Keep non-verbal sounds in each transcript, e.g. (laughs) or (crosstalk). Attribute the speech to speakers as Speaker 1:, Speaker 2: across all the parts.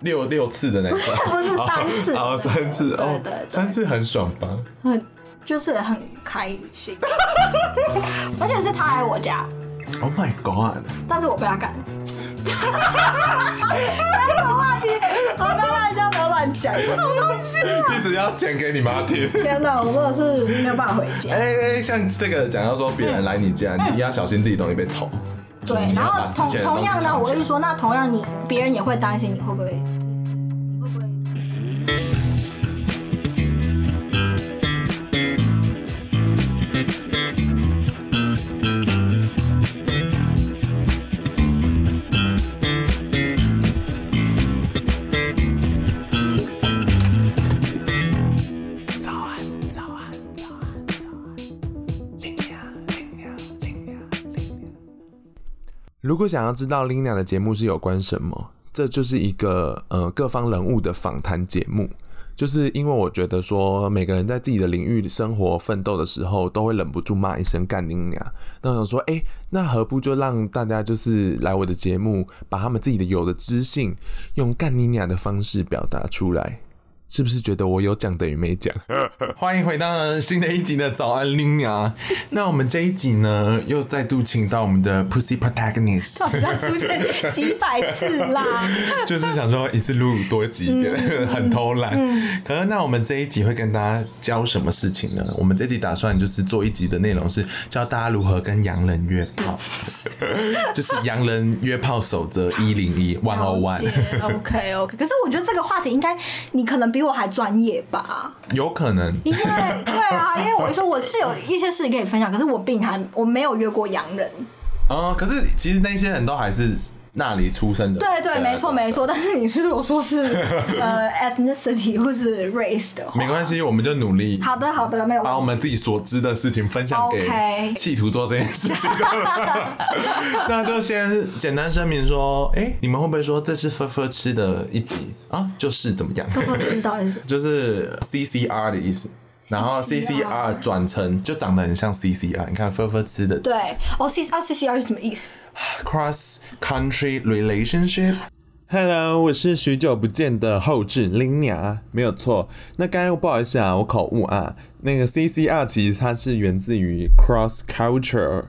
Speaker 1: 六六次的那种，
Speaker 2: (laughs) 不是三次，
Speaker 1: 哦，三次哦
Speaker 2: 对对，对
Speaker 1: 三次很爽吧？
Speaker 2: 很呃就是很开心， (laughs) 而且是他来我家，
Speaker 1: Oh my god！
Speaker 2: 但是我被他 (laughs) 干。这个话题，我妈妈一定要不要乱讲，什么东西？
Speaker 1: 一直要讲给你妈
Speaker 3: (laughs)
Speaker 1: 听。
Speaker 2: 天哪，我真的是没有办法回
Speaker 1: 哎
Speaker 2: 家。
Speaker 1: 哎，像这个讲到说别人来你家，你要小心自己东西被偷。
Speaker 2: 嗯对，然后同同样呢，我跟你说，那同样你别人也会担心你会不会，你会不会？
Speaker 3: 如果想要知道 Lina 的节目是有关什么，这就是一个呃各方人物的访谈节目。就是因为我觉得说，每个人在自己的领域生活奋斗的时候，都会忍不住骂一声“干你娘”。那我想说，哎、那何不就让大家就是来我的节目，把他们自己的有的知性，用“干你娘”的方式表达出来，是不是觉得我有讲等于没讲？
Speaker 1: 欢迎回到新的一集的早安 Lina。那我们这一集呢，又再度请到我们的 Pussy Protagonist，
Speaker 2: 到底要出现几百次啦？
Speaker 1: (laughs) 就是想说一次录多集一点，
Speaker 2: 嗯
Speaker 1: (laughs) 很偷懒。可是那我们这一集会跟大家教什么事情呢？我们这集打算就是做一集的内容是教大家如何跟洋人约炮， (laughs) 就是洋人约炮守则一零一 one o one。
Speaker 2: OK OK，可是我觉得这个话题应该你可能比我还专业吧？
Speaker 1: 有可能
Speaker 2: 因为对啊，因
Speaker 1: (laughs)
Speaker 2: 为我说我是有一些事情可以分享，可是我并还我没有约过洋人。
Speaker 1: 啊、可是其实那些人都还是那里出生的。啊
Speaker 2: 对啊对，没错没错。但是你是我说是 (laughs) 呃 ethnicity 或是 race 的话，
Speaker 1: 没关系，我们就努力
Speaker 2: (laughs) 好的好的，没有
Speaker 1: 把我
Speaker 2: 问题。
Speaker 1: 们自己所知的事情分享给
Speaker 2: OK
Speaker 1: 企图做这件事情 (laughs) 的人。那就先简单声明说，哎、你们会不会说这是呵呵吃的一集啊？就是怎么样？
Speaker 2: 我知道 (laughs) 你是
Speaker 1: (laughs) 就是 CCR 的意思。然后 CCR 转成就长得很像 CCR，你看呵呵吃的
Speaker 2: 对哦，C 啊 C C R 是什么意思？
Speaker 1: Cross Country Relationship，
Speaker 3: Hello，我是许久不见的后置 Lina，没有错。那刚刚不好意思啊，我口误啊。那个 CCR 其实它是源自于 cross cultural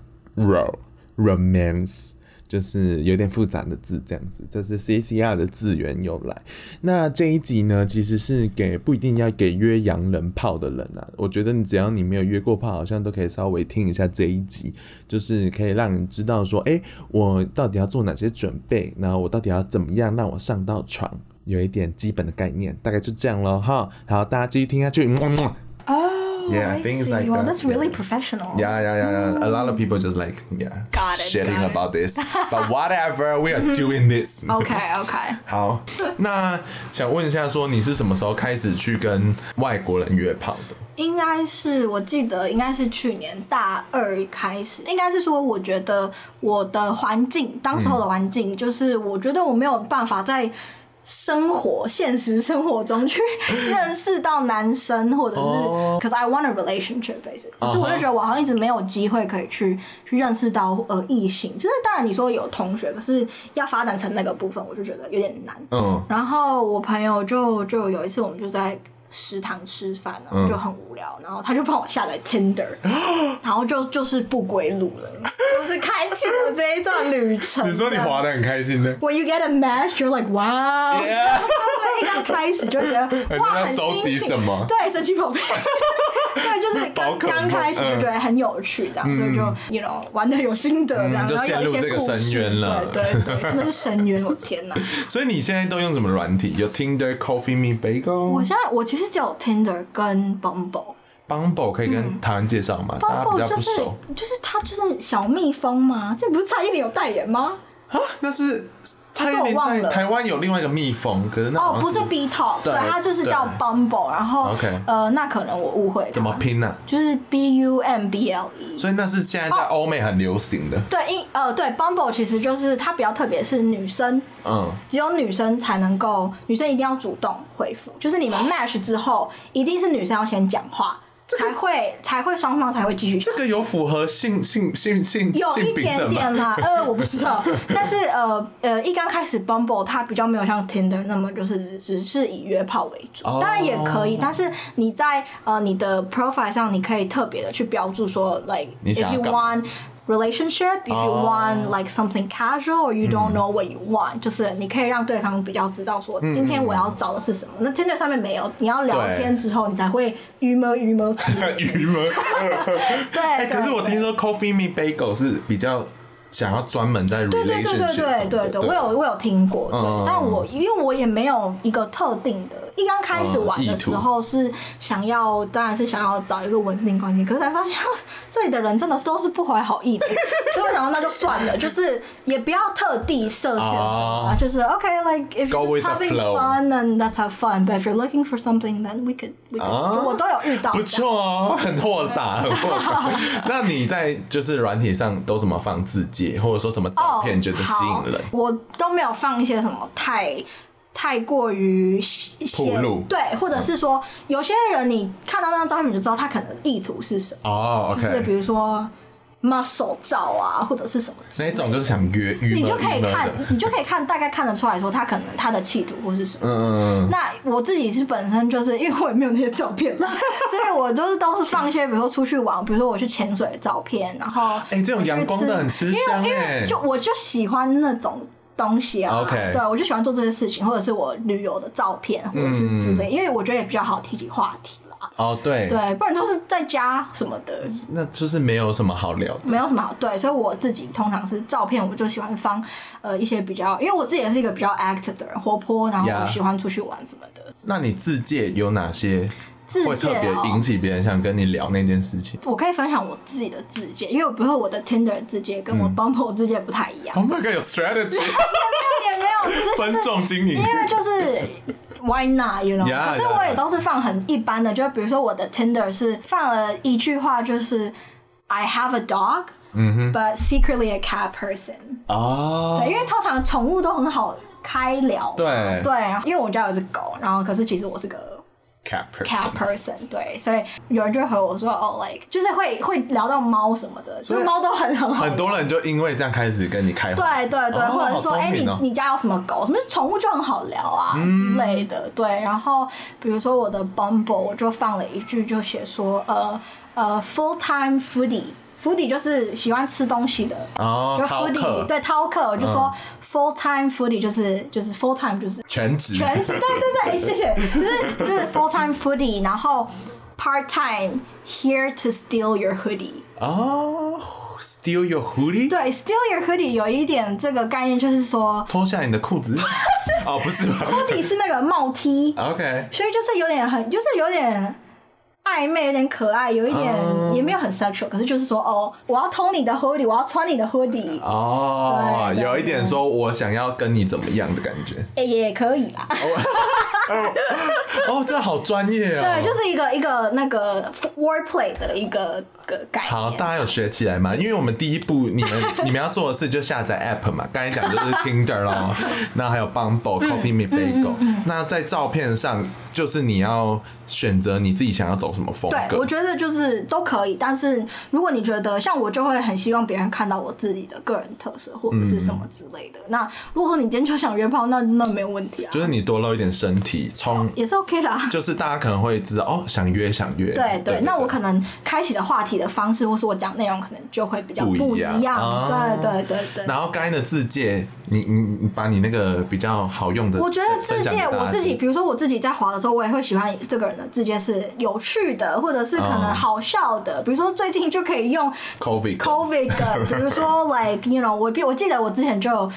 Speaker 3: romance，就是有点复杂的字这样子，这是 CCR 的字源由来。那这一集呢，其实是给不一定要给约洋人炮的人啊，我觉得你只要你没有约过炮，好像都可以稍微听一下这一集，就是可以让你知道说，哎、我到底要做哪些准备，然后我到底要怎么样让我上到床，有一点基本的概念，大概就这样咯。哈。好，大家继续听下去。么么
Speaker 2: Oh,
Speaker 1: Yeah,
Speaker 2: I
Speaker 1: things
Speaker 2: see.
Speaker 1: like
Speaker 2: Wow,
Speaker 1: that,
Speaker 2: that's really professional.
Speaker 1: Yeah, yeah, yeah. yeah. A lot of people just like yeah,
Speaker 2: Got it,
Speaker 1: shitting
Speaker 2: got it.
Speaker 1: about
Speaker 2: (laughs)
Speaker 1: this. But whatever, we are doing this.
Speaker 2: OK OK，
Speaker 1: 好，那想问一下，说你是什么时候开始去跟外国人约炮
Speaker 2: (laughs)
Speaker 1: 的？
Speaker 2: 应该是我记得应该是去年大二开始，应该是说我觉得我的环境，当时候的环境、就是我觉得我没有办法在。生活现实生活中去 (laughs) 认识到男生，或者是
Speaker 1: 哦
Speaker 2: cause I want a relationship basically，、可是我就觉得我好像一直没有机会可以去去认识到呃异性，就是当然你说有同学，可是要发展成那个部分，我就觉得有点难。
Speaker 1: 嗯，
Speaker 2: 然后我朋友就就有一次我们就在食堂吃饭，然
Speaker 1: 嗯
Speaker 2: 后就很无聊，然后他就帮我下载 Tinder，然后就就是不归路了，就是开启了这一段旅
Speaker 1: (laughs)
Speaker 2: 程。
Speaker 1: 你说你
Speaker 2: 这样
Speaker 1: 滑的很开心呢？
Speaker 2: When you get a match, you're like, wow.
Speaker 1: Yeah
Speaker 2: 对，一刚开始就觉得
Speaker 1: (laughs)
Speaker 2: 哇，
Speaker 1: 很像
Speaker 2: 很
Speaker 1: 收集
Speaker 2: 新奇
Speaker 1: 什么
Speaker 2: 对，神奇宝贝。 (laughs) 对，就是
Speaker 1: 宝
Speaker 2: 刚
Speaker 1: 可梦嗯
Speaker 2: 刚开始就觉得很有趣，这样，所以就 you know 玩的有心得，这样，
Speaker 1: 嗯就
Speaker 2: 然后
Speaker 1: 陷
Speaker 2: 有
Speaker 1: 入
Speaker 2: 一
Speaker 1: 这
Speaker 2: 些
Speaker 1: 个
Speaker 2: 故事，
Speaker 1: 深渊了
Speaker 2: 对对对，真的是深渊，我天哪！
Speaker 1: (laughs) 所以你现在都用什么软体？有 Tinder、Coffee Me
Speaker 2: 我
Speaker 1: Bagel、
Speaker 2: 现在我其实只有 Tinder 跟 Bumble。
Speaker 1: Bumble 可以跟台湾介绍吗？大啊家比
Speaker 2: 嗯 Bumble
Speaker 1: 较
Speaker 2: 就
Speaker 1: 不
Speaker 2: 是
Speaker 1: 熟
Speaker 2: 就是它就是小蜜蜂吗？这不是蔡依林有代言吗？
Speaker 1: 啊，那是
Speaker 2: 是
Speaker 1: 蔡
Speaker 2: 我
Speaker 1: 依林
Speaker 2: 忘
Speaker 1: 在
Speaker 2: 了
Speaker 1: 台湾有另外一个蜜蜂，可是那
Speaker 2: 哦
Speaker 1: 好，像
Speaker 2: 不是 B Talk，
Speaker 1: 对
Speaker 2: 对，它就是
Speaker 1: 对
Speaker 2: 叫 Bumble，然后
Speaker 1: OK
Speaker 2: 呃，那可能我误会它
Speaker 1: 怎么拼呢？
Speaker 2: 就是 B U M B L E。
Speaker 1: 所以那是现在在欧美很流行的。
Speaker 2: 对，因呃对，Bumble 其实就是它比较特别，是女生，
Speaker 1: 嗯，
Speaker 2: 只有女生才能
Speaker 1: 哦
Speaker 2: 够，女生一定要主动回复，就是你们 match 之后，一定是女生要先讲话，才会才会双方才会继续
Speaker 1: 这个有符合性性性性
Speaker 2: 有一
Speaker 1: 性平
Speaker 2: 点
Speaker 1: 等吗
Speaker 2: 点？啦，呃，我不
Speaker 1: (laughs)
Speaker 2: 知道，但是呃呃，一刚开始 Bumble 它比较没有像 Tinder 那么就是只只是以约炮为主，
Speaker 1: 哦
Speaker 2: 当然也可以，但是你在呃你的 profile 上，你可以特别的去标注说，like
Speaker 1: 你
Speaker 2: if
Speaker 1: 想要
Speaker 2: you
Speaker 1: 干嘛
Speaker 2: want relationship, if you
Speaker 1: 哦 Hmm
Speaker 2: want like something casual or you don't know what you want，、就是你可以让对方比较知道说今天我
Speaker 1: Hmm，嗯
Speaker 2: 要找的是什么。那 Tinder 上面没有，你要聊
Speaker 1: 对
Speaker 2: 天之后你才会预谋预谋之类的
Speaker 1: 鱼
Speaker 2: (laughs)
Speaker 1: 吗？ (laughs)
Speaker 2: 对、
Speaker 1: 哎，可是
Speaker 2: 对
Speaker 1: 我听说 Coffee Me Bagel 是比较想要专门在
Speaker 2: 对对
Speaker 1: relationship
Speaker 2: 对对对
Speaker 1: 上
Speaker 2: 对
Speaker 1: 的
Speaker 2: 对，我有我有听过，对，
Speaker 1: 嗯
Speaker 2: 但我因为我也没有一个特定的，一刚开始玩的时候是想要，当然是想要找一个稳定关系，可是才发现这里的人真的是都是不怀好意的，所以我想说那就算了，就是也不要特地设限什么
Speaker 1: 哦
Speaker 2: 啊，就是 OK like if
Speaker 1: Go
Speaker 2: you're
Speaker 1: with the
Speaker 2: just having
Speaker 1: flow
Speaker 2: fun then that's have fun, but if you're looking for something then we could we could
Speaker 1: 哦
Speaker 2: 我都有遇到这
Speaker 1: 不
Speaker 2: 样，
Speaker 1: 错哦，很豁达，很豁达。那你在就是软体上都怎么放字界，或者说什么照片觉得吸引人
Speaker 2: 哦？好我都没有放一些什么太太过于显
Speaker 1: 暴露
Speaker 2: 对，或者是说、有些人你看到那张照片你就知道他可能意图是什么，
Speaker 1: 哦
Speaker 2: 就是比
Speaker 1: ，OK，
Speaker 2: 如说 muscle 照啊，或者是什么之
Speaker 1: 那
Speaker 2: 类
Speaker 1: 一
Speaker 2: 的。
Speaker 1: 种就是想约约，
Speaker 2: 你就可以
Speaker 1: 约
Speaker 2: 看
Speaker 1: 的，
Speaker 2: 你就可以看，大概看得出来说他可能他的企图或是什么。
Speaker 1: 嗯，
Speaker 2: (laughs) 那我自己是本身就是因为我也没有那些照片嘛， (laughs) 所以我就是都是放一些，比如说出去玩，比如说我去潜水的照片，然后
Speaker 1: 哎这种
Speaker 2: 我去
Speaker 1: 阳光的很吃香
Speaker 2: 因为因
Speaker 1: 哎
Speaker 2: 为就我就喜欢那种。东西啊
Speaker 1: OK
Speaker 2: 对，我就喜欢做这些事情，或者是我旅游的照片，或者是之
Speaker 1: 嗯
Speaker 2: 类，因为我觉得也比较好提起话题啦。
Speaker 1: 哦对，
Speaker 2: 对，不然都是在家什么的，
Speaker 1: 那就是没有什么好聊的。
Speaker 2: 没有什么好对，所以我自己通常是照片，我就喜欢放呃一些比较，因为我自己也是一个比较 active 的人，活泼，然后
Speaker 1: Yeah
Speaker 2: 我喜欢出去玩什么的。
Speaker 1: 那你自介有哪些
Speaker 2: 自
Speaker 1: 会特
Speaker 2: 介
Speaker 1: 别
Speaker 2: 哦
Speaker 1: 引起别人想跟你聊那件事
Speaker 2: (laughs)
Speaker 1: 情
Speaker 2: 我可以分享我自己的自介，因为比如说我的 Tinder 自介跟我 Bumble 自介不太一样，
Speaker 1: ？Oh my god，有
Speaker 2: (laughs)
Speaker 1: strategy，
Speaker 2: 也没有，只是
Speaker 1: 分众经营
Speaker 2: 因。为就是 Why not？You know？
Speaker 1: (laughs) Yeah,
Speaker 2: 可是我
Speaker 1: yeah, yeah.
Speaker 2: 也都是放很一般的，就比如说我的 Tinder 是放了一句话，就是 I have a dog，嗯哼，but secretly a cat person。
Speaker 1: 哦，
Speaker 2: 对，因为通常宠物都很好开聊嘛。
Speaker 1: 对
Speaker 2: 对，因为我家有只狗，然后可是其实我是个
Speaker 1: cat (laughs)
Speaker 2: cat
Speaker 1: person，
Speaker 2: person，对，所以有人就会回我说，哦，like 就是会会聊到猫什么的，就
Speaker 1: 以
Speaker 2: 猫都很很好。
Speaker 1: 很多人就因为这样开始跟你开话
Speaker 2: 对对对，
Speaker 1: 哦
Speaker 2: 或者是说，
Speaker 1: 好
Speaker 2: 哎、
Speaker 1: 聪
Speaker 2: 你
Speaker 1: 明哦嗯
Speaker 2: 你家有什么狗？什么宠物就很好聊啊、之类的。对，然后比如说我的 Bumble，我就放了一句，就写说，呃呃，full time foodie。foodie 就是喜欢吃东西的，
Speaker 1: 哦
Speaker 2: 就
Speaker 1: 饕客嗯
Speaker 2: foodie 对饕客，我就说 full time foodie 就是就是 full time 就是
Speaker 1: 全职，
Speaker 2: 全
Speaker 1: (laughs)
Speaker 2: 职，对对哎对，谢谢，就是就是 full time foodie，然后 part time here to steal your hoodie。
Speaker 1: 哦，steal your hoodie，
Speaker 2: 对，steal your hoodie 有一点这个概念，就是说
Speaker 1: 脱下你的裤子，
Speaker 2: (laughs)
Speaker 1: 哦，不是吧
Speaker 2: hoodie 是那个帽 T，
Speaker 1: ？OK，
Speaker 2: 所以就是有点很，就是有点暧昧，有点可爱，有一点
Speaker 1: 哦
Speaker 2: 也没有很 sexual，可是就是说哦，我要偷你的 hoodie，我要穿你的 hoodie，
Speaker 1: 哦，
Speaker 2: 对对
Speaker 1: 有一点说我想要跟你怎么样的感觉，
Speaker 2: 哎也可以啦。
Speaker 1: 哦，这好专业哦，
Speaker 2: 对，就是一个一个那个 wordplay 的一个个概念。
Speaker 1: 好，大家有学起来吗？因为我们第一步，
Speaker 2: (laughs)
Speaker 1: 你们你们要做的事就下载 App 嘛，刚才讲就是 Tinder 咯，那还有 Bumble、Coffee
Speaker 2: 嗯
Speaker 1: Me Bagel。那在照片上，就是你要选择你自己想要走什么风
Speaker 2: 对，
Speaker 1: 格
Speaker 2: 我。觉得就是都可以，但是如果你觉得像我，就会很希望别人看到我自己的个人特色或者
Speaker 1: 嗯
Speaker 2: 是什么之类的。那如果说你今天就想约炮，那那没有问题啊，
Speaker 1: 就是你多露一点身体，冲，
Speaker 2: 也是 OK 啦。
Speaker 1: 就是大家可能会知道哦，想约想约。
Speaker 2: 对对，那我可能开启的话题的方式，或是我讲内容，可能就会比较
Speaker 1: 不一
Speaker 2: 不一
Speaker 1: 样啊
Speaker 2: 对对对对。
Speaker 1: 然后刚才的字界，你你你把你那个比较好用的，
Speaker 2: 我觉得自
Speaker 1: 分享
Speaker 2: 介，
Speaker 1: 给大家
Speaker 2: 我自己，
Speaker 1: 听
Speaker 2: 比如说我自己在滑的时候，我也会喜欢这个人的自介是有趣的，或者是可能
Speaker 1: 嗯
Speaker 2: 好笑的。比如说最近就可以用
Speaker 1: COVID (laughs)
Speaker 2: COVID 的，比如说 like you know，我我记得我之前就有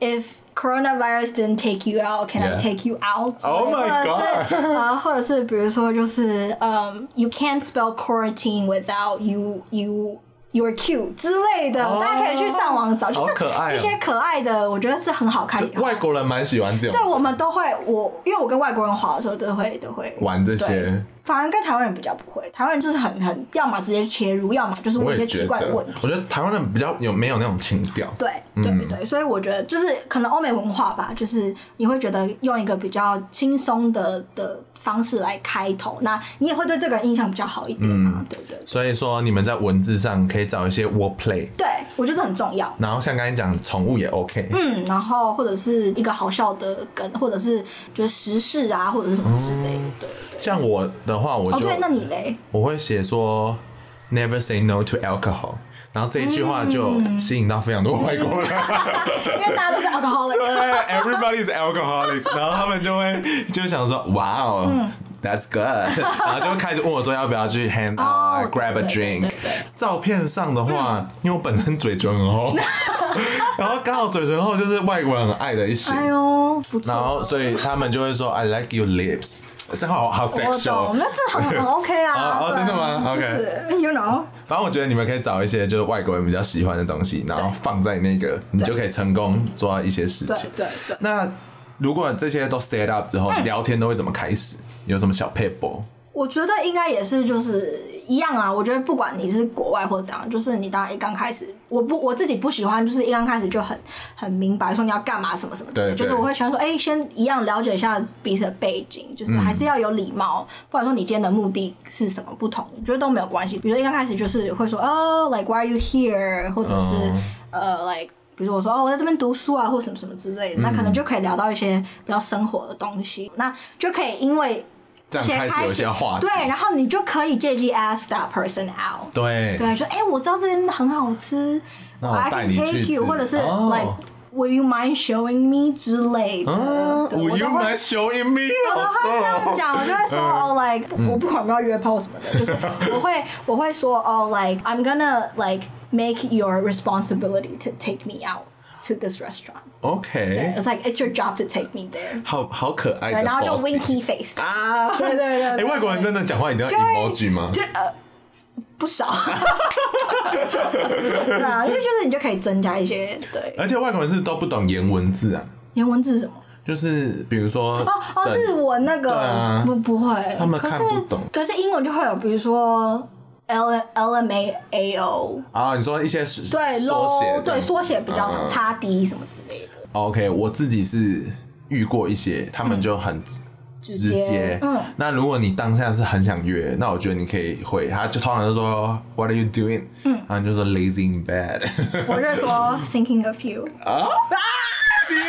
Speaker 2: if coronavirus didn't take you out, can I
Speaker 1: Yeah.
Speaker 2: take you out？之类
Speaker 1: Oh my
Speaker 2: 或者
Speaker 1: God
Speaker 2: 是呃，或者是比如说就是嗯、y o u can't spell quarantine without you you。You're cute 之类的
Speaker 1: 哦
Speaker 2: 大家可以去上网找，就
Speaker 1: 好可爱哦
Speaker 2: 是一些可爱的，我觉得是很好看。
Speaker 1: 就外国人蛮喜欢这种
Speaker 2: 对，我们都会，我因为我跟外国人滑的时候都会都会
Speaker 1: 玩这些
Speaker 2: 对反而跟台湾人比较不会，台湾人就是很很，要么直接切入，要么就是
Speaker 1: 我
Speaker 2: 问一
Speaker 1: 也
Speaker 2: 些
Speaker 1: 觉
Speaker 2: 奇怪
Speaker 1: 得
Speaker 2: 的问，题
Speaker 1: 我。觉得台湾人比较有没有那种情调，
Speaker 2: 对对对对，所以我觉得就是可能欧美文化吧，就是你会觉得用一个比较轻松的的方式来开头，那你也会对这个人印象比较好一点嘛，对不对？
Speaker 1: 所以说你们在文字上可以找一些 word play，
Speaker 2: 对，我觉得这很重要。
Speaker 1: 然后像刚才讲宠物也 OK，
Speaker 2: 嗯，然后或者是一个好笑的梗，或者是就是时事啊，或者是什么之类的，对对。
Speaker 1: 像我的话，我
Speaker 2: 哦，
Speaker 1: 就
Speaker 2: 对，那你嘞？
Speaker 1: 我会写说 never say no to alcohol，然后这一句话就
Speaker 2: 嗯
Speaker 1: 吸引到非常多外国人。
Speaker 2: 因为大家都是
Speaker 1: (laughs)
Speaker 2: alcoholic，
Speaker 1: 对，everybody is alcoholic，然后他们就会就想说，哇哦、t h a t s good，然后就开始问我说要不要去 hang
Speaker 2: 哦
Speaker 1: out，grab、a
Speaker 2: 对对
Speaker 1: drink
Speaker 2: 对对对。
Speaker 1: 照片上的话，因为我本身嘴唇很
Speaker 2: (laughs)
Speaker 1: 厚，然后刚好嘴唇厚就是外国人很爱的一型，
Speaker 2: (laughs) 哎呦， (laughs) 不错。
Speaker 1: 然后所以他们就会说 I like your lips，这好好
Speaker 2: 我
Speaker 1: sexual
Speaker 2: 懂，。那这很很 OK (laughs) 啊。
Speaker 1: 哦哦
Speaker 2: 对啊
Speaker 1: 真的吗？OK
Speaker 2: 就是 you know，
Speaker 1: 反正我觉得你们可以找一些就是外国人比较喜欢的东西，然后放在那个，你就可以成功做到一些事
Speaker 2: 对
Speaker 1: 情。
Speaker 2: 对对。哎
Speaker 1: 那如果这些都 set up 之后，聊天都会怎么开始？有什么小 paper？
Speaker 2: 我觉得应该也是就是一样啊。我觉得不管你是国外或者怎样，就是你当然一刚开始，我不我自己不喜欢，就是一刚开始就很很明白说你要干嘛什么什么之类的，
Speaker 1: 对对
Speaker 2: 就是我会喜欢说，哎、先一样了解一下彼此的背景，就是还是要有礼
Speaker 1: 嗯
Speaker 2: 貌，不然说你今天的目的是什么不同，我觉得都没有关系。比如说一刚开始就是会说，哦，like why are you here，或者是、
Speaker 1: 嗯
Speaker 2: 呃，like。比如说我说哦，我在这边读书啊，或什么什么之类
Speaker 1: 嗯
Speaker 2: 的，那可能就可以聊到一些比较生活的东西，那就可以因为
Speaker 1: 这样开始有一些话题
Speaker 2: 对，。然后你就可以借机 ask that person out。
Speaker 1: 对
Speaker 2: 对，说哎、我知道这边很好吃
Speaker 1: 那我
Speaker 2: ，I
Speaker 1: 带
Speaker 2: can
Speaker 1: 你去
Speaker 2: take
Speaker 1: 吃
Speaker 2: you，或者是、
Speaker 1: 哦
Speaker 2: like Will you mind showing me 之类的。
Speaker 1: 嗯
Speaker 2: 对
Speaker 1: ，Would
Speaker 2: 我
Speaker 1: you
Speaker 2: 都
Speaker 1: mind
Speaker 2: 会
Speaker 1: showing me？
Speaker 2: 我都会这
Speaker 1: 好
Speaker 2: 样讲，我就会说哦、like 我不管有没有约炮什么的，就是我会我会说哦、like I'm gonna like make your responsibility to take me out to this restaurant。
Speaker 1: OK，
Speaker 2: It's like it's your job to take me there。
Speaker 1: 好好可爱的
Speaker 2: 对，然后就
Speaker 1: bossy (laughs)
Speaker 2: winky face。
Speaker 1: 啊！
Speaker 2: 对对对对
Speaker 1: 哎，外国人真的讲话一定要 emoji 吗？
Speaker 2: 就呃
Speaker 1: (laughs)
Speaker 2: 不少，对啊，因为就是你就可以增加一些对
Speaker 1: 而且外国人是不是都不懂颜文字啊，
Speaker 2: 颜文字是什么
Speaker 1: 就是比如说
Speaker 2: 哦哦
Speaker 1: 等
Speaker 2: 日文那
Speaker 1: 对啊
Speaker 2: 个不不会，
Speaker 1: 他们
Speaker 2: 可是
Speaker 1: 看不懂
Speaker 2: 可是英文就会有，比如说 L L M A A O。
Speaker 1: 啊，你说一些缩
Speaker 2: 对
Speaker 1: 缩写这
Speaker 2: ，low，
Speaker 1: 样，
Speaker 2: 对缩写比较
Speaker 1: 嗯
Speaker 2: 长，差低什么之
Speaker 1: (laughs)
Speaker 2: 类的。
Speaker 1: OK，我自己是遇过一些，他们就很直直
Speaker 2: 直接
Speaker 1: 接。
Speaker 2: 嗯
Speaker 1: 那如果你当下是很想约，那我觉得你可以回，他就通常就说 What are you doing？嗯，然后你就说 Lazy in bed。
Speaker 2: 我就说 thinking of you，
Speaker 1: 啊？
Speaker 2: 没有，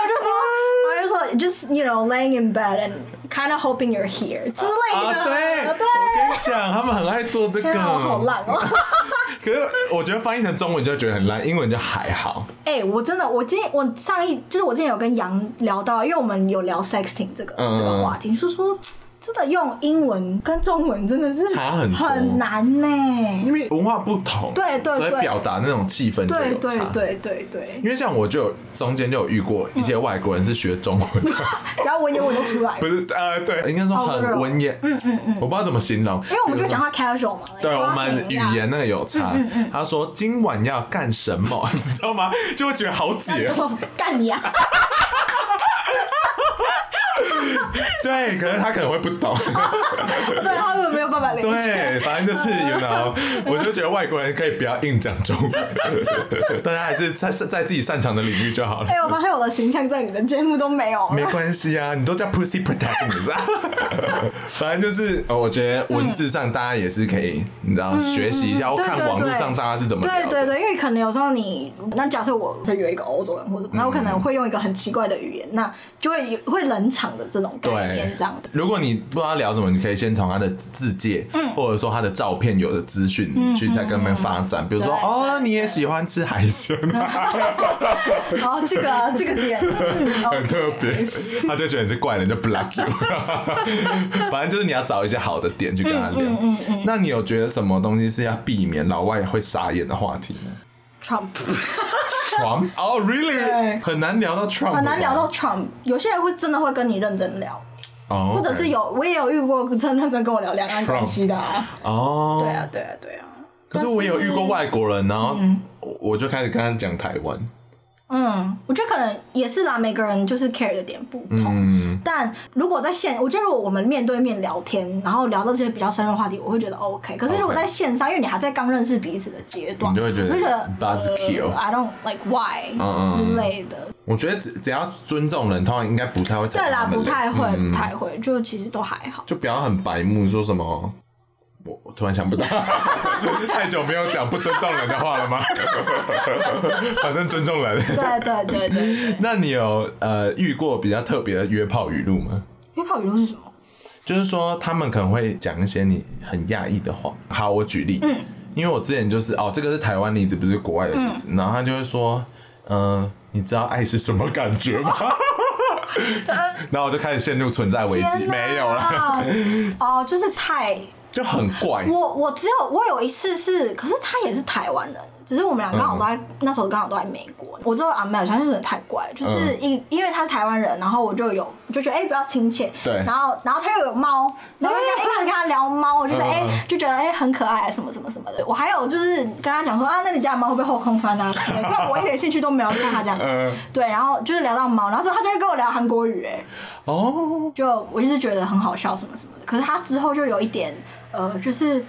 Speaker 2: 我就说，我就说 just you know laying in bed and kind of hoping you're here 之类
Speaker 1: 啊，
Speaker 2: 的。
Speaker 1: 对，我跟你讲，他们很爱做这
Speaker 2: 天
Speaker 1: 个，
Speaker 2: 啊，我好烂哦。
Speaker 1: 可是我觉得翻译成中文就会觉得很烂，英文就还好。
Speaker 2: 哎、我真的，我今天我上一就是我之前有跟杨聊到，因为我们有聊 sexting 这个、
Speaker 1: 嗯
Speaker 2: 这个话题，就是说真的用英文跟中文真的是
Speaker 1: 差很多
Speaker 2: 很难呢、
Speaker 1: 因为文化不同，
Speaker 2: 对对
Speaker 1: 所以
Speaker 2: 对
Speaker 1: 表达那种气氛就
Speaker 2: 对
Speaker 1: 有差。
Speaker 2: 对对对对，
Speaker 1: 因为像我就有中间就有遇过一些外国人是学中文的，
Speaker 2: 只要文言文都出
Speaker 1: (laughs)
Speaker 2: 来，
Speaker 1: 不
Speaker 2: 因
Speaker 1: 是呃，对，应该说
Speaker 2: 哦
Speaker 1: 很文言，嗯嗯嗯，我不知道怎么形容，因
Speaker 2: 为我们就讲。话 casual 嘛，
Speaker 1: 对
Speaker 2: 你说啊
Speaker 1: 我
Speaker 2: 话
Speaker 1: 们
Speaker 2: 怎
Speaker 1: 语
Speaker 2: 样
Speaker 1: 言那个有差，
Speaker 2: 嗯
Speaker 1: 他说今晚要干什么， (laughs) 你知道吗？就会觉得好解
Speaker 2: 然，后就说 (laughs) 干你啊，
Speaker 1: 对，可是他可能会不
Speaker 2: (laughs)
Speaker 1: 懂，
Speaker 2: 对，他们没有办法理解。
Speaker 1: 对，反正就是 you know，我就觉得外国人可以不要硬讲中文， (laughs) 大家还是在在自己擅长的领域就好了
Speaker 2: 哎、，我发现我的形象在你的节目都没有了
Speaker 1: 没关系啊，你都叫 pussy protagonist 啊， (laughs) 反正就是呃我觉得文字上大家也是可以，你知道学习一下，
Speaker 2: 嗯
Speaker 1: 我
Speaker 2: 对
Speaker 1: 看
Speaker 2: 对
Speaker 1: 网络
Speaker 2: 对
Speaker 1: 上大家是怎么聊
Speaker 2: 对
Speaker 1: 的
Speaker 2: 对对，因为可能有时候你，那假设我有一个欧洲人或者，那我可能会用一个很奇怪的语言，那就会有会冷场的这种概念这样的。
Speaker 1: 如果你不知道聊什么，你可以先从他的字界，
Speaker 2: 嗯
Speaker 1: 或者说他的照片有的资讯去再跟他们发展。比如说，
Speaker 2: 嗯对
Speaker 1: 哦，
Speaker 2: 对
Speaker 1: 你也喜欢吃海鲜，啊
Speaker 2: 然后哦这个这个点，嗯
Speaker 1: (laughs) 很特
Speaker 2: (laughs)
Speaker 1: 别，他就觉得你是怪人，就 block you。反正就是你要找一些好的点去跟
Speaker 2: 嗯
Speaker 1: 他聊。那你有觉得什么东西是要避免老外会傻眼的话题
Speaker 2: (laughs)
Speaker 1: 吗
Speaker 2: Trump
Speaker 1: ？Trump 哦、r e a l l
Speaker 2: 对
Speaker 1: y 很难聊到 Trump，
Speaker 2: 很哦难聊到
Speaker 1: 吧
Speaker 2: Trump，有些人会真的会跟你认真聊，
Speaker 1: 哦，
Speaker 2: 或者是有我也有遇过真认真跟我聊两岸关系的啊，
Speaker 1: 哦，
Speaker 2: 对啊对啊对啊。
Speaker 1: 可是我也有遇过外国人，然后我我就开始跟他讲台湾。
Speaker 2: 嗯，我觉得可能也是啦，每个人就是 care 的点不同。
Speaker 1: 嗯，
Speaker 2: 但如果在线，我觉得如果我们面对面聊天，然后聊到这些比较深入的话题，我会觉得 OK。可是如果
Speaker 1: OK
Speaker 2: 在线上，因为你还在刚认识彼此的阶段，
Speaker 1: 你就会觉得
Speaker 2: 我就觉得
Speaker 1: buzz kill
Speaker 2: 呃、I don't like why
Speaker 1: 嗯嗯嗯
Speaker 2: 之类的。
Speaker 1: 我觉得只只要尊重人，通常应该不太会踩
Speaker 2: 对啦，
Speaker 1: 他们
Speaker 2: 不
Speaker 1: 雷
Speaker 2: 太会，
Speaker 1: 嗯
Speaker 2: 不太会，就其实都还好。
Speaker 1: 就不要很白目，说什么。我我突然想不到， (laughs) 太久没有讲不尊重人的话了 (laughs) 吗？反正尊重人。
Speaker 2: 对对对对对。 (laughs)
Speaker 1: 那你有呃遇过比较特别的约炮语录吗？
Speaker 2: 约炮语录是什么？
Speaker 1: 就是说他们可能会讲一些你很讶异的话。好，我举例，嗯，因为我之前就是哦，这个是台湾例子，不是国外的例子，然后他就会说，嗯、你知道爱是什么感觉吗？然后我就开始陷入存在危机，
Speaker 2: 天哪
Speaker 1: 没有啦，。
Speaker 2: 哦，就是太
Speaker 1: 就很怪。
Speaker 2: 我我只有我有一次是，可是他也是台湾人，只是我们俩刚好都在、
Speaker 1: 嗯
Speaker 2: 那时候刚好都在美国。我知道阿妹好像有点太怪了，
Speaker 1: 嗯
Speaker 2: 就是因、因为他是台湾人，然后我就有就觉得哎、比较亲切，
Speaker 1: 对
Speaker 2: 然后然后他又有猫，然后因为因为跟他聊猫，我就觉得
Speaker 1: 嗯
Speaker 2: 哎、
Speaker 1: 嗯
Speaker 2: 就觉得哎、很可爱什么什么什么的。我还有就是跟他讲说啊，那你家的猫会不会后空翻啊？ (laughs) 对，可是我一点兴趣都没有看他这样。
Speaker 1: 呃，
Speaker 2: (laughs) 对，然后就是聊到猫，然后之后他就会跟我聊韩国语、哎，
Speaker 1: 哦，
Speaker 2: 就我就是觉得很好笑什么什么的。可是他之后就有一点，呃，就是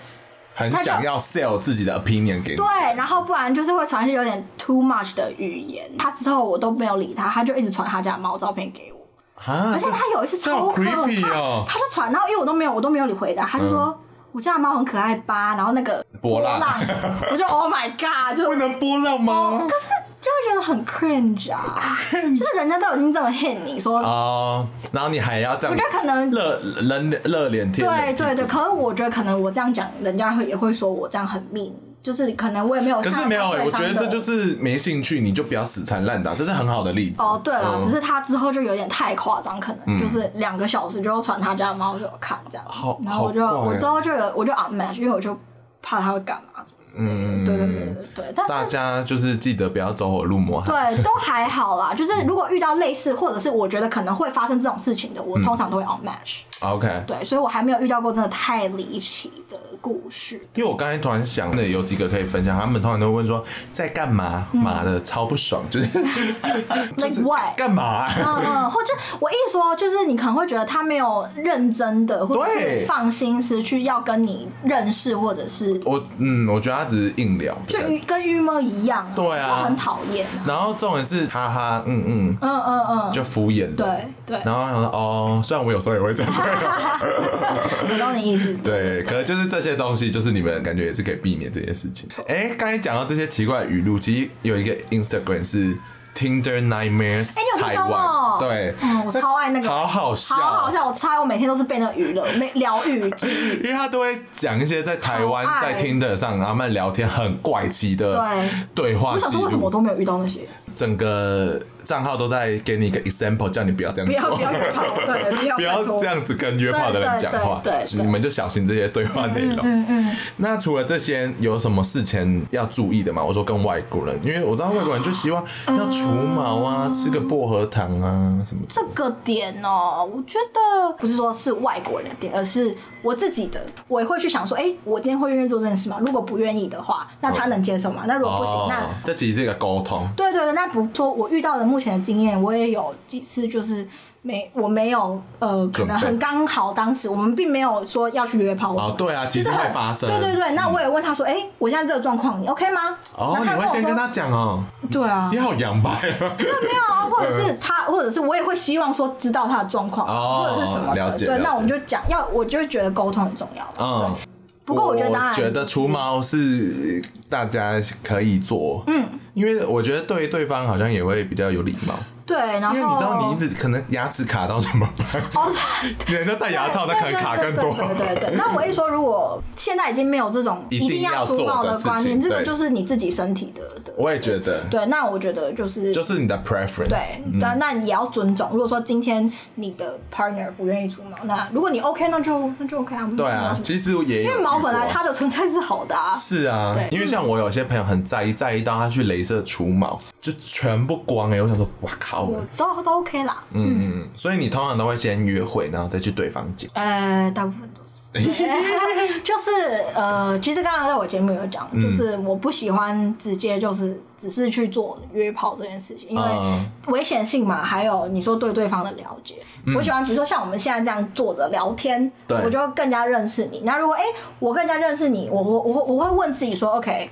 Speaker 1: 很
Speaker 2: 他就
Speaker 1: 想要 sell 自己的 opinion 给你。
Speaker 2: 对，然后不然就是会传一些有点 too much 的语言。他之后我都没有理他，他就一直传他家猫照片给我，
Speaker 1: 啊，
Speaker 2: 而且他有一次
Speaker 1: 这好
Speaker 2: 超可
Speaker 1: creepy
Speaker 2: 怕，
Speaker 1: 哦嗯
Speaker 2: 他就传，然后因为我都没有我都没有理回答，他就说。我家的猫很可爱吧，然后那个
Speaker 1: 波浪
Speaker 2: 浪，
Speaker 1: (laughs)
Speaker 2: 我就 Oh my God，就
Speaker 1: 不能波浪吗？
Speaker 2: 哦可是就会觉得很 cringe 啊，就是人家都已经这么 hit 你说，
Speaker 1: 啊，然后你还要这样，
Speaker 2: 我觉得可能
Speaker 1: 热人热脸贴
Speaker 2: 对
Speaker 1: 冷屁股
Speaker 2: 对对，可是我觉得可能我这样讲，人家会也会说我这样很 mean，就是可能我也没有
Speaker 1: (laughs) 可
Speaker 2: 看到
Speaker 1: 是
Speaker 2: 对
Speaker 1: 没有
Speaker 2: 方
Speaker 1: 哎、
Speaker 2: 的。
Speaker 1: 我觉得这就是没兴趣，你就不要死缠烂打，这是很好的例子。
Speaker 2: 哦，对了，
Speaker 1: 嗯
Speaker 2: 只是他之后就有点太夸张，可能就是两个小时就要传他家的猫给我看这样子
Speaker 1: 好
Speaker 2: 然后我就
Speaker 1: 好怪哦
Speaker 2: 我之后就有我就 unmatch，因为我就怕他会干嘛什么之类的，对对对对对，
Speaker 1: 大
Speaker 2: 但是。
Speaker 1: 家就是记得不要走火入魔。
Speaker 2: 对，都还好啦。就是如果遇到类似，或者是我觉得可能会发生这种事情的，我通常都会 on match、
Speaker 1: OK，
Speaker 2: 对，所以我还没有遇到过真的太离奇的故事。
Speaker 1: 因为我刚才突然想，那有几个可以分享，他们通常都会问说在干嘛，妈的超不爽，就是
Speaker 2: (laughs)
Speaker 1: 就是
Speaker 2: 嗯 what？
Speaker 1: 干嘛、 (laughs)
Speaker 2: 嗯嗯，或者我一说，就是你可能会觉得他没有认真的，或者
Speaker 1: 对
Speaker 2: 是放心思去要跟你认识，或者是
Speaker 1: 我嗯，我觉得他只是硬聊的
Speaker 2: 就
Speaker 1: 感觉。
Speaker 2: 郁跟郁闷一样、啊，
Speaker 1: 对啊
Speaker 2: 就很讨厌啊。
Speaker 1: 然后重点是哈哈，嗯嗯，
Speaker 2: 嗯嗯嗯，
Speaker 1: 就敷衍的。
Speaker 2: 对对，
Speaker 1: 然后想说哦，虽然我有时候也会这
Speaker 2: (laughs)
Speaker 1: 样，
Speaker 2: 我懂你意思。
Speaker 1: 对，可能就是这些东西，就是你们感觉也是可以避免这件事情。哎，刚才讲到这些奇怪的语录，其实有一个 Instagram 是 Tinder Nightmares
Speaker 2: 哎你有
Speaker 1: 台
Speaker 2: 追踪哦
Speaker 1: 湾，对，
Speaker 2: 嗯，我超爱那个，
Speaker 1: 好好笑，啊
Speaker 2: 好好笑，我超爱，我每天都是被那个娱乐、没疗愈治愈。
Speaker 1: 因为他都会讲一些在台湾
Speaker 2: 好爱
Speaker 1: 在 Tinder 上他们聊天很怪奇的对话
Speaker 2: 我想
Speaker 1: 记
Speaker 2: 说，为什么
Speaker 1: 录，
Speaker 2: 我都没有遇到那些？
Speaker 1: 整个账号都在给你一个 example，叫你不要这样
Speaker 2: 不要
Speaker 1: 做
Speaker 2: 不要约
Speaker 1: (laughs)
Speaker 2: 炮，对，不要
Speaker 1: 不要
Speaker 2: 拜托
Speaker 1: 这。样子跟约炮的人讲话
Speaker 2: 对对对，对对
Speaker 1: 你们就小心这些对话内容。
Speaker 2: 嗯嗯，
Speaker 1: 那除了这些，有什么事前要注意的吗？我说跟外国人，因为我知道外国人就希望要除毛啊，吃个薄荷糖啊什么的。
Speaker 2: 这个点哦、我觉得不是说是外国人的点，而是我自己的，我也会去想说，哎、我今天会愿意做这件事吗？如果不愿意的话，那他能接受吗？那如果不行，那
Speaker 1: 哦这其实是一个沟通。
Speaker 2: 对对对，那不说我遇到的目前的经验，我也有几次就是没我没有呃，可
Speaker 1: 准备
Speaker 2: 能很刚好当时我们并没有说要去约炮或什么
Speaker 1: 哦，对啊，其
Speaker 2: 就
Speaker 1: 实
Speaker 2: 是
Speaker 1: 会
Speaker 2: 很
Speaker 1: 发生。嗯
Speaker 2: 对对对，那我也问他说，哎、我现在这个状况，你 OK 吗？
Speaker 1: 哦，
Speaker 2: 那
Speaker 1: 你
Speaker 2: 他
Speaker 1: 会
Speaker 2: 我
Speaker 1: 先
Speaker 2: 说
Speaker 1: 跟他讲哦，
Speaker 2: 对啊
Speaker 1: 你，好洋白啊。
Speaker 2: 没有啊，或者是他，或者是我也会希望说知道他的状况，
Speaker 1: 呃哦
Speaker 2: 或者是什么
Speaker 1: 了
Speaker 2: 的，
Speaker 1: 解
Speaker 2: 对，
Speaker 1: 了
Speaker 2: 那我们
Speaker 1: 解
Speaker 2: 就讲，要我就觉得沟通很重要嘛，
Speaker 1: 嗯
Speaker 2: 对。不过我觉得当然，
Speaker 1: 觉得除毛是大家可以做，嗯，因为我觉得对对方好像也会比较有礼貌，
Speaker 2: 对，然后
Speaker 1: 因为你知道你一直可能牙齿卡到怎么 (laughs) 办？
Speaker 2: 哦。
Speaker 1: 人家戴牙套，那可能卡更多。
Speaker 2: 对对对对对。那我一说，如果现在已经没有这种
Speaker 1: 一定
Speaker 2: 定
Speaker 1: 要
Speaker 2: 要出
Speaker 1: 做
Speaker 2: 报
Speaker 1: 的
Speaker 2: 的
Speaker 1: 事
Speaker 2: 观
Speaker 1: 情
Speaker 2: 念，这个
Speaker 1: 对
Speaker 2: 就是你自己身体的的。
Speaker 1: 我也觉得，
Speaker 2: 对，那我觉得就是
Speaker 1: 就是嗯你的 preference。
Speaker 2: 对，但那也要尊重。如果说今天你的 partner 不愿意出毛，那如果你 OK，那就那就 OK 啊。
Speaker 1: 对啊，其实也有
Speaker 2: 因为毛本来
Speaker 1: 遇过
Speaker 2: 它的存在是好的啊。
Speaker 1: 是啊
Speaker 2: 对，
Speaker 1: 因为像我有些朋友很在意，在意到他去镭射除毛，就全部光哎、我想说，哇靠！嗯
Speaker 2: 我都都 OK 啦，
Speaker 1: 嗯嗯，所以你通常都会先约会，然后再去对方家。
Speaker 2: 呃，大部分都是
Speaker 1: 哎
Speaker 2: (laughs) 就是呃，其实刚刚在我节目有讲，
Speaker 1: 嗯
Speaker 2: 就是我不喜欢直接就是只是去做约炮这件事情，因为
Speaker 1: 嗯
Speaker 2: 危险性嘛，还有你说对对方的了解。我喜欢比如说像我们现在这样坐着聊天，
Speaker 1: 对
Speaker 2: 我就更加认识你。那如果哎、诶我更加认识你，我我我会我会问自己说，OK。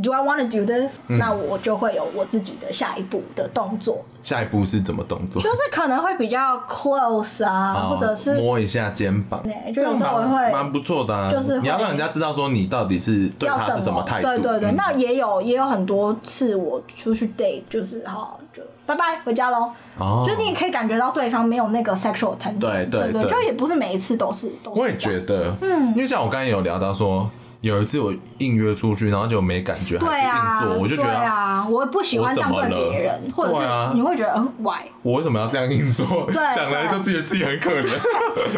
Speaker 2: Do I want to do this？、那
Speaker 1: 嗯
Speaker 2: 我就会有我自己的下一步的动作，
Speaker 1: 下一步是怎么动作？
Speaker 2: 就是可能会比较 close 啊，
Speaker 1: 哦
Speaker 2: 或者是
Speaker 1: 摸一下肩膀，
Speaker 2: 对
Speaker 1: 这
Speaker 2: 就有
Speaker 1: 样
Speaker 2: 时候我
Speaker 1: 蛮
Speaker 2: 会
Speaker 1: 蛮不错的啊。
Speaker 2: 就是会
Speaker 1: 你要让人家知道说你到底是对
Speaker 2: 要
Speaker 1: 他是什么态度。
Speaker 2: 对对对，
Speaker 1: 嗯
Speaker 2: 那也有也有很多次我出去 date，就是哈就拜拜回家喽。
Speaker 1: 哦
Speaker 2: 就你也可以感觉到对方没有那个 sexual tension，
Speaker 1: 对对
Speaker 2: 对
Speaker 1: 对
Speaker 2: 就也不是每一次都是都是这样。
Speaker 1: 我也觉得，嗯，因为像我刚才有聊到说，有一次我硬约出去，然后就没感觉，还
Speaker 2: 对
Speaker 1: 是
Speaker 2: 啊，
Speaker 1: 硬做，我就觉
Speaker 2: 对
Speaker 1: 得
Speaker 2: 啊，我不喜欢这样
Speaker 1: 我怎
Speaker 2: 对
Speaker 1: 么了
Speaker 2: 别人，或者
Speaker 1: 对啊
Speaker 2: 是你会觉得嗯
Speaker 1: (laughs)
Speaker 2: why？
Speaker 1: 我为什么要这样硬做？
Speaker 2: 对
Speaker 1: (laughs) 想来都觉得自己很可怜。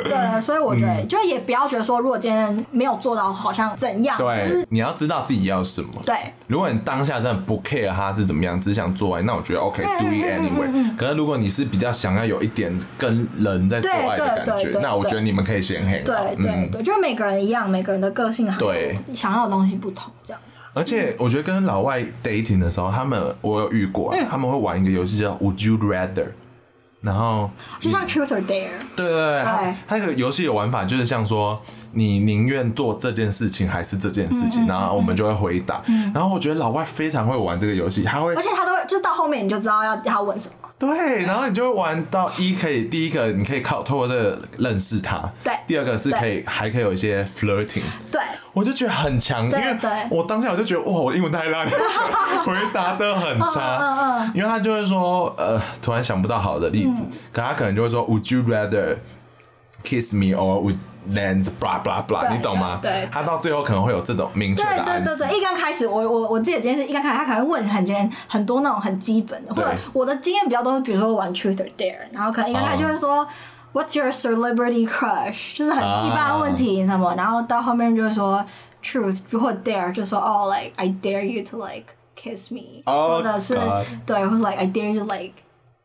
Speaker 2: 对，啊所以我觉
Speaker 1: 嗯
Speaker 2: 得就也不要觉得说，如果今天没有做到，好像怎样，就是
Speaker 1: 对，你要知道自己要什么。
Speaker 2: 对
Speaker 1: 如果你当下真的不 care 他是怎么样，只想做爱，那我觉得
Speaker 2: 嗯
Speaker 1: OK do it anyway。可是如果你是比较想要有一点跟人在做爱的感
Speaker 2: 对对
Speaker 1: 觉
Speaker 2: 对，对
Speaker 1: 那我觉得你们可以先 hang out。
Speaker 2: 对对
Speaker 1: 嗯
Speaker 2: 对，就是每个人一样，每个人的个性还有
Speaker 1: 对
Speaker 2: 想要的东西不同，这样。
Speaker 1: 而且我觉得跟老外 dating 的时候，他们我有遇过啊，
Speaker 2: 嗯
Speaker 1: 他们会玩一个游戏叫 Would You Rather，然后
Speaker 2: 就像哎 truth or dare，
Speaker 1: 对对对，它
Speaker 2: 对
Speaker 1: 它那个游戏的玩法就是像说，你宁愿做这件事情还是这件事
Speaker 2: 嗯
Speaker 1: 情，然后我们就会回答。然后我觉得老外非常会玩这个游戏，他会
Speaker 2: 而且他都会，就是到后面你就知道要他问什么。嗯
Speaker 1: 对，然后你就会玩到一可以第一个你可以靠透过这个认识他，
Speaker 2: 对
Speaker 1: 第二个是可以还可以有一些 flirting。
Speaker 2: 对，
Speaker 1: 我就觉得很强，因
Speaker 2: 对
Speaker 1: 为
Speaker 2: 对
Speaker 1: 我当下我就觉得哇，我英文太烂
Speaker 2: (laughs)
Speaker 1: 了，回答的很
Speaker 2: 嗯
Speaker 1: 差。因为他就会说，呃，突然想不到好的例
Speaker 2: 嗯
Speaker 1: 子，可他可能就会说，Would you rather kiss me or would land blah blah blah？
Speaker 2: 对
Speaker 1: 你懂吗？
Speaker 2: 对对
Speaker 1: 他到最后可能会有这种明确
Speaker 2: 对
Speaker 1: 的
Speaker 2: 对
Speaker 1: 暗
Speaker 2: 对
Speaker 1: 示。
Speaker 2: 对，一刚开始我我我自己的经验是一刚开始他可能会问很简很多那种很基本的，或
Speaker 1: 对
Speaker 2: 者我的经验比较多，比如说玩 Truth or Dare，然后可能一刚开始就会
Speaker 1: 哦
Speaker 2: 说。What's your celebrity crush？就是很
Speaker 1: 啊
Speaker 2: 一般问题什么，然后到后面就会说 truth 或 dare，就说哦、l i k e I dare you to like kiss me，、
Speaker 1: Oh
Speaker 2: 或者是
Speaker 1: God
Speaker 2: 对，或者 like I dare you to like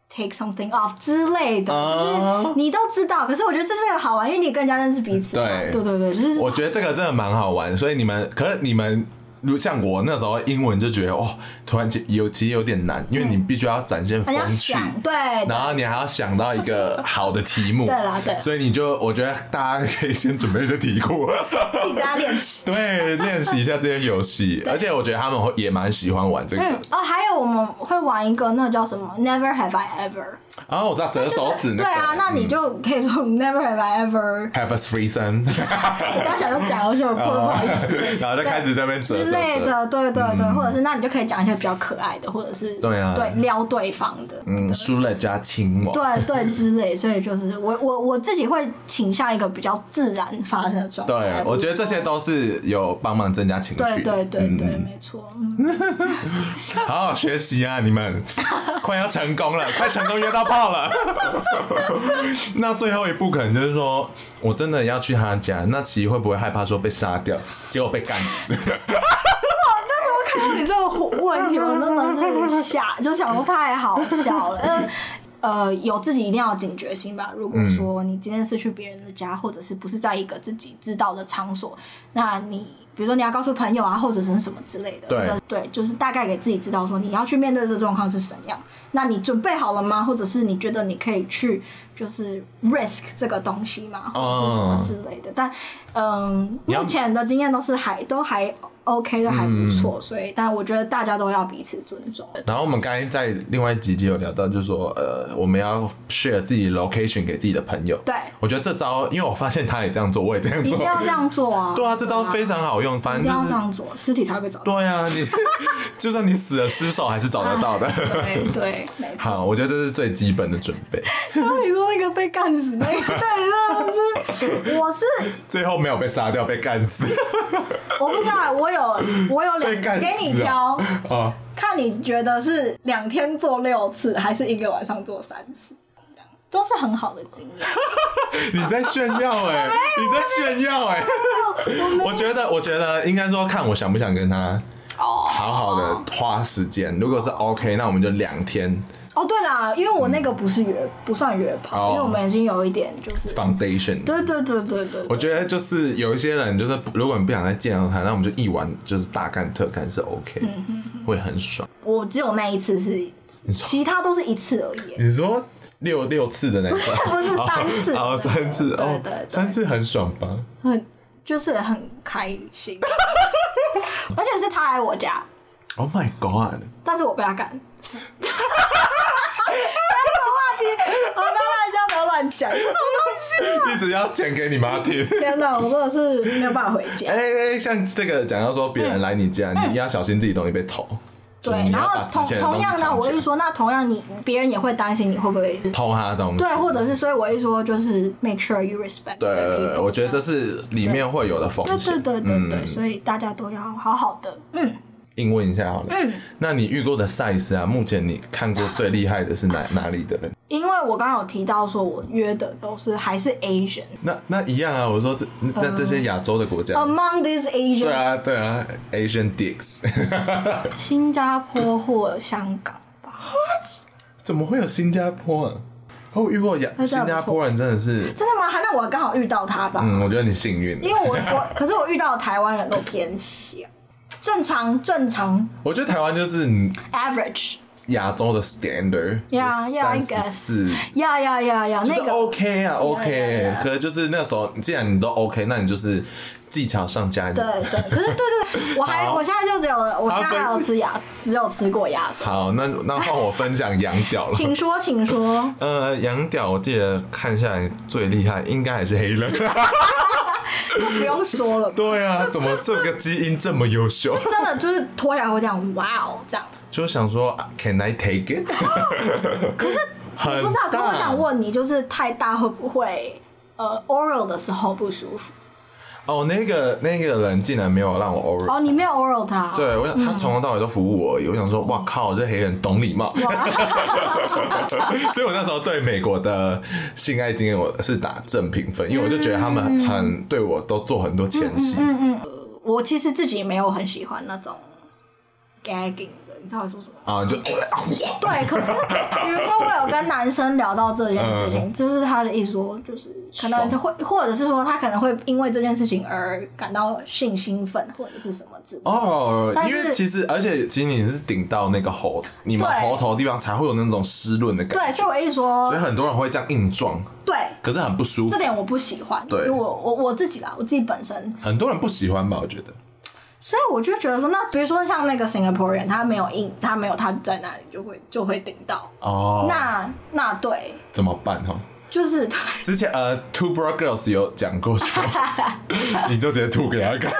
Speaker 2: take something off 之类的
Speaker 1: 啊
Speaker 2: 就是你都知道，可是我觉得这是很好玩，因为你更加认识彼此嘛。
Speaker 1: 对
Speaker 2: 对对对，就是
Speaker 1: 我觉得这个真的蛮好玩，所以你们，可是你们。如像我那时候英文就觉得哦，突然间有其实有点难，因为你必须要展现
Speaker 2: 很
Speaker 1: 风
Speaker 2: 要
Speaker 1: 趣，
Speaker 2: 想对对
Speaker 1: 然后你还要想到一个好的题目，
Speaker 2: 对啦对
Speaker 1: 所以你就我觉得大家可以先准备一些题
Speaker 2: (laughs)
Speaker 1: 库，
Speaker 2: 自己在家练习。
Speaker 1: 对，练习一下这些游戏，而且我觉得他们会也蛮喜欢玩这个的
Speaker 2: (laughs) 嗯。，哦，还有我们会玩一个，那个叫什么？Never have I ever。
Speaker 1: 然啊后我知道折手指那个，
Speaker 2: 对啊，那你就可以说
Speaker 1: 嗯
Speaker 2: (laughs) Never have I ever。
Speaker 1: have a
Speaker 2: (laughs)
Speaker 1: threesome，
Speaker 2: 我刚想要讲，
Speaker 1: (laughs)
Speaker 2: 我就不好意思。
Speaker 1: 然后就开始在那边折
Speaker 2: 之
Speaker 1: 折
Speaker 2: 类
Speaker 1: 折。
Speaker 2: 的，对对对，或者是那你就可以讲一些比较可爱的，或者是
Speaker 1: 嗯对啊
Speaker 2: 对撩对方的，
Speaker 1: 嗯，输了加亲我。
Speaker 2: (laughs) 对对之类，所以就是我我我自己会倾向一个比较自然发生的状态。
Speaker 1: 对，我觉得这些都是有帮忙增加情
Speaker 2: 对
Speaker 1: 绪。嗯
Speaker 2: 对对对，没错。嗯
Speaker 1: 好好学习啊，你
Speaker 2: (laughs)
Speaker 1: 们快要成功了，快成功约到炮了。 (laughs) 那最后一步可能就是说，我真的要去他家，那其实会不会害怕说被杀掉，结果被干死？
Speaker 2: 看到你这个问题，我真的是吓，就想说太好笑了。嗯呃，有自己一定要有警觉心吧。如果说你今天是去别人的家，或者是不是在一个自己知道的场所，那你比如说你要告诉朋友啊，或者是什么之类的，
Speaker 1: 对
Speaker 2: 或者对，就是大概给自己知道说你要去面对这状况是怎样。那你准备好了吗？或者是你觉得你可以去就是 risk 这个东西吗？或者是什么之类的？但嗯，
Speaker 1: 你要
Speaker 2: 目前的经验都是还都还 OK 的，还不
Speaker 1: 嗯
Speaker 2: 错，所以但我觉得大家都要彼此尊重。
Speaker 1: 然后我们刚才在另外几集有聊到，就是说，呃，我们要 share 自己 location 给自己的朋友。
Speaker 2: 对
Speaker 1: 我觉得这招，因为我发现他也这样做，我也这样
Speaker 2: 一
Speaker 1: 做
Speaker 2: 定。要这样做啊！
Speaker 1: 对啊，这招非常好用，反
Speaker 2: 一
Speaker 1: 正
Speaker 2: 定要
Speaker 1: 就
Speaker 2: 这
Speaker 1: 是
Speaker 2: 样做，尸体才会被找到。
Speaker 1: 对啊，你 (laughs) 就算你死了尸首还是找得到的。
Speaker 2: 对对，没错。
Speaker 1: 好，我觉得这是最基本的准备。
Speaker 2: 然后你说那个被干死那个，对，真的是，我是
Speaker 1: 最后没有被杀掉，被干死。 (laughs)
Speaker 2: 我不知道，我有我有
Speaker 1: 被干
Speaker 2: 两
Speaker 1: 死啊
Speaker 2: 给你挑，
Speaker 1: 哦，
Speaker 2: 看你觉得是两天做六次，还是一个晚上做三次，这样都是很好的经验。
Speaker 1: 你在炫耀
Speaker 2: (laughs)
Speaker 1: 哎、你在炫耀哎、
Speaker 2: 我没有
Speaker 1: 我觉得，我觉得应该说看我想不想跟他
Speaker 2: 哦，
Speaker 1: 好好的花时间。如果是 OK，那我们就两天
Speaker 2: 哦，对啦，因为我那个不是约，不算约炮，
Speaker 1: 嗯哦
Speaker 2: 因为我们已经有一点就是，
Speaker 1: foundation。
Speaker 2: 对对对对对
Speaker 1: 我
Speaker 2: 对，
Speaker 1: 觉得就是有一些人，就是如果你不想再见到他，那我们就一晚就是大干特干是 OK，会
Speaker 2: 嗯
Speaker 1: 很爽。
Speaker 2: 我只有那一次是，
Speaker 1: 说
Speaker 2: 其他都是一次而已，
Speaker 1: 你说六六次的那个，
Speaker 2: (laughs) 不是三次的那
Speaker 1: (laughs) 哦，
Speaker 2: 个，
Speaker 1: 三次
Speaker 2: 对
Speaker 1: 哦
Speaker 2: 对，对，
Speaker 1: 三次很爽吧？
Speaker 2: 很就是很开
Speaker 1: (laughs)
Speaker 2: 心，而且是他来我家，
Speaker 1: Oh my god！
Speaker 2: 但是我被他干死。 (laughs) 这个话题，我不要乱家不要乱讲，这种东西，
Speaker 1: 一直要讲给你妈听。
Speaker 2: 天哪，我真的是没有办法回
Speaker 1: 哎
Speaker 2: 家。
Speaker 1: 哎，哎像这个讲到说别人来你家，你要小心自己东西被偷。就是
Speaker 2: 嗯对，
Speaker 1: 你
Speaker 2: 然
Speaker 1: 要把
Speaker 2: 后
Speaker 1: 之
Speaker 2: 同
Speaker 1: 前的
Speaker 2: 同
Speaker 1: 东西
Speaker 2: 样呢，
Speaker 1: 藏
Speaker 2: 我
Speaker 1: 起来
Speaker 2: 会说，那同样你别人也会担心你会不会
Speaker 1: 偷他的东西。
Speaker 2: 对，啊或者是所以我会说，就是 make sure you respect
Speaker 1: 对对
Speaker 2: other
Speaker 1: 对
Speaker 2: people
Speaker 1: 我觉得这是里面会有的风
Speaker 2: 对对
Speaker 1: 险。嗯
Speaker 2: 对对对，所以大家都要好好的，嗯，
Speaker 1: 硬问一下好了。那你遇过的 size 啊，目前你看过最厉害的是
Speaker 2: (laughs)
Speaker 1: 哪哪里的人？
Speaker 2: 因为我刚刚有提到说，我约的都是还是 Asian。
Speaker 1: 那那一样啊，我说这在这些亚洲的国家。
Speaker 2: Among these
Speaker 1: 对
Speaker 2: Asian，、
Speaker 1: 啊，对啊，Asian dicks， (laughs)
Speaker 2: 新加坡或香港吧，
Speaker 1: 怎么会有新加坡啊？我遇过亚
Speaker 2: 那这
Speaker 1: 新
Speaker 2: 样不
Speaker 1: 加
Speaker 2: 错
Speaker 1: 坡人，真的是，
Speaker 2: 真的吗？那我刚好遇到他吧，
Speaker 1: 嗯，我觉得你幸运了
Speaker 2: 因。为我我可是我遇到的台湾人都偏小，正常正常
Speaker 1: 我觉得台湾就是你
Speaker 2: average，
Speaker 1: 亚洲的 standard，
Speaker 2: Yeah, yeah, I
Speaker 1: 是
Speaker 2: 呀呀呀呀，那
Speaker 1: 就是
Speaker 2: 个
Speaker 1: OK 啊
Speaker 2: yeah,
Speaker 1: OK，
Speaker 2: yeah.
Speaker 1: 可是就是那时候既然你都 OK，那你就是技巧上加油。
Speaker 2: 对对，可是对对对，我还
Speaker 1: 好
Speaker 2: 我现在就只有我现在还有吃鸭，只有吃过鸭子。
Speaker 1: 好，那那换我分享羊屌了。
Speaker 2: 请说，请 (laughs) 说。
Speaker 1: 呃，羊屌我记得看下来最厉害，应该还是黑人。 (laughs)
Speaker 2: 不用说了，
Speaker 1: 对啊，怎么这个基因这么优秀？
Speaker 2: 真的就是脱下来会这样，哇哦，这样。
Speaker 1: 就想说啊，Can I take it？可是 (laughs)
Speaker 2: 我
Speaker 1: 很
Speaker 2: 不知道，可
Speaker 1: 大
Speaker 2: 我想问你，就是太大会不会呃 oral 的时候不舒服？
Speaker 1: 哦，那个那个人竟然没有让我 over。
Speaker 2: 哦，你没有 oral 它。
Speaker 1: 对，我想
Speaker 2: 嗯
Speaker 1: 他从头到尾都服务我而已，我想说，哇靠，这黑人懂礼貌。 (laughs) 所以我那时候对美国的性爱经验我是打正评
Speaker 2: 嗯
Speaker 1: 分，因为我就觉得他们很很对我都做很多前戏。
Speaker 2: 嗯呃我其实自己没有很喜欢那种 gagging 的，你知道我说什么
Speaker 1: 啊，
Speaker 2: 吗？
Speaker 1: 就 (laughs)
Speaker 2: 对，可是比如说我有跟男生聊到这件事
Speaker 1: 嗯
Speaker 2: 情，就是他的意思说，就是可能
Speaker 1: 爽
Speaker 2: 会，或者是说他可能会因为这件事情而感到性兴奋，或者是什么之类的。
Speaker 1: 哦，
Speaker 2: 但
Speaker 1: 因
Speaker 2: 是
Speaker 1: 为其实而且其实你是顶到那个喉，你们
Speaker 2: 对
Speaker 1: 喉头地方才会有那种湿润的感
Speaker 2: 对，
Speaker 1: 觉，
Speaker 2: 所以我一直
Speaker 1: 所
Speaker 2: 说
Speaker 1: 以，很多人会这样硬撞，
Speaker 2: 对
Speaker 1: 可是很不舒服
Speaker 2: 这。点我不喜欢，因
Speaker 1: 对
Speaker 2: 为我我我自己啦，我自己本身，
Speaker 1: 很多人不喜欢吧？我觉得
Speaker 2: 所以我就觉得说，那比如说像那个 Singaporean，他没有硬，他没有他在那里就会就会顶到，
Speaker 1: 哦，
Speaker 2: 那那对，
Speaker 1: 怎么办哈？
Speaker 2: 就是
Speaker 1: (laughs) 之前呃，Two Bro Girls 有讲过 (laughs) 说，你就直接吐给他 (laughs) 看，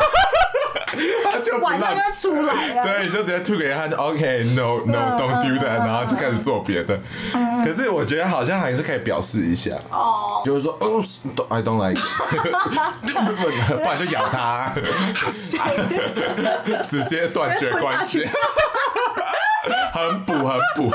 Speaker 1: 他就不
Speaker 2: 晚上
Speaker 1: 让
Speaker 2: 就，会出来了。
Speaker 1: 对，你就直嗯接吐给他就，OK，No No，Don't do that，然后就开始做别的。可是我觉得好像还是可以表示一下，
Speaker 2: 哦，
Speaker 1: 就是说，嗯哦，don't-，I don't like，it (laughs) 不然就咬 (laughs) 他，直接断绝关系， (laughs) 很补很补，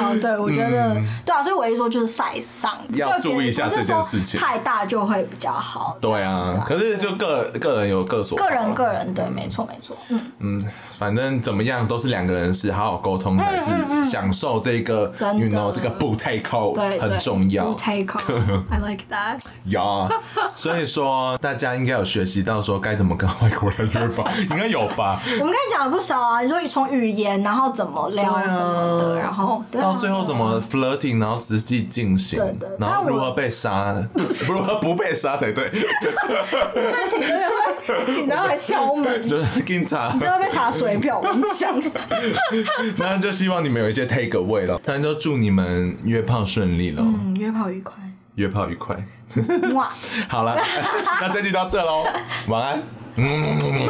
Speaker 2: 好，对，我觉得、对啊，所以我一说就是 size 上
Speaker 1: 嗯要
Speaker 2: 就别
Speaker 1: 注意一下
Speaker 2: 不是
Speaker 1: 这件
Speaker 2: 说
Speaker 1: 事情
Speaker 2: 太大就会比较好。
Speaker 1: 对
Speaker 2: 这
Speaker 1: 啊
Speaker 2: 样。子
Speaker 1: 可 (laughs) 是就个个人有各所好
Speaker 2: 个人个人对，没错没错，嗯，
Speaker 1: 嗯，反正怎么样都是两个人的事，好好沟通才是享受这个
Speaker 2: 真的
Speaker 1: ，you know，这个不太扣
Speaker 2: 对，
Speaker 1: 很重要
Speaker 2: Take
Speaker 1: (laughs)
Speaker 2: I like that。
Speaker 1: 呀。所以说，大家应该有学习到说该怎么跟外国人约
Speaker 2: (laughs)
Speaker 1: 吧，应该有吧？
Speaker 2: 我们刚才讲了不少啊，你说从语言，然后怎么聊
Speaker 1: 对啊
Speaker 2: 什么的，然后对啊
Speaker 1: 到最后怎么 flirting，然后实际进行
Speaker 2: 对对，
Speaker 1: 然
Speaker 2: 但
Speaker 1: 后
Speaker 2: 我
Speaker 1: 如何被杀， (laughs) 如何不被杀才对，
Speaker 2: (laughs) 那紧张会紧张会敲
Speaker 1: (laughs)
Speaker 2: 门，真
Speaker 1: 就是警察。
Speaker 2: 的被查水表，我跟你讲。
Speaker 1: 那就希望你们有一些 take away 了，那就祝你们约炮顺利了，
Speaker 2: 嗯，约炮愉快，
Speaker 1: 约炮愉快。
Speaker 2: 嗯哇，
Speaker 1: 好
Speaker 2: (laughs)
Speaker 1: 了，那这集到这喽，晚安。嗯。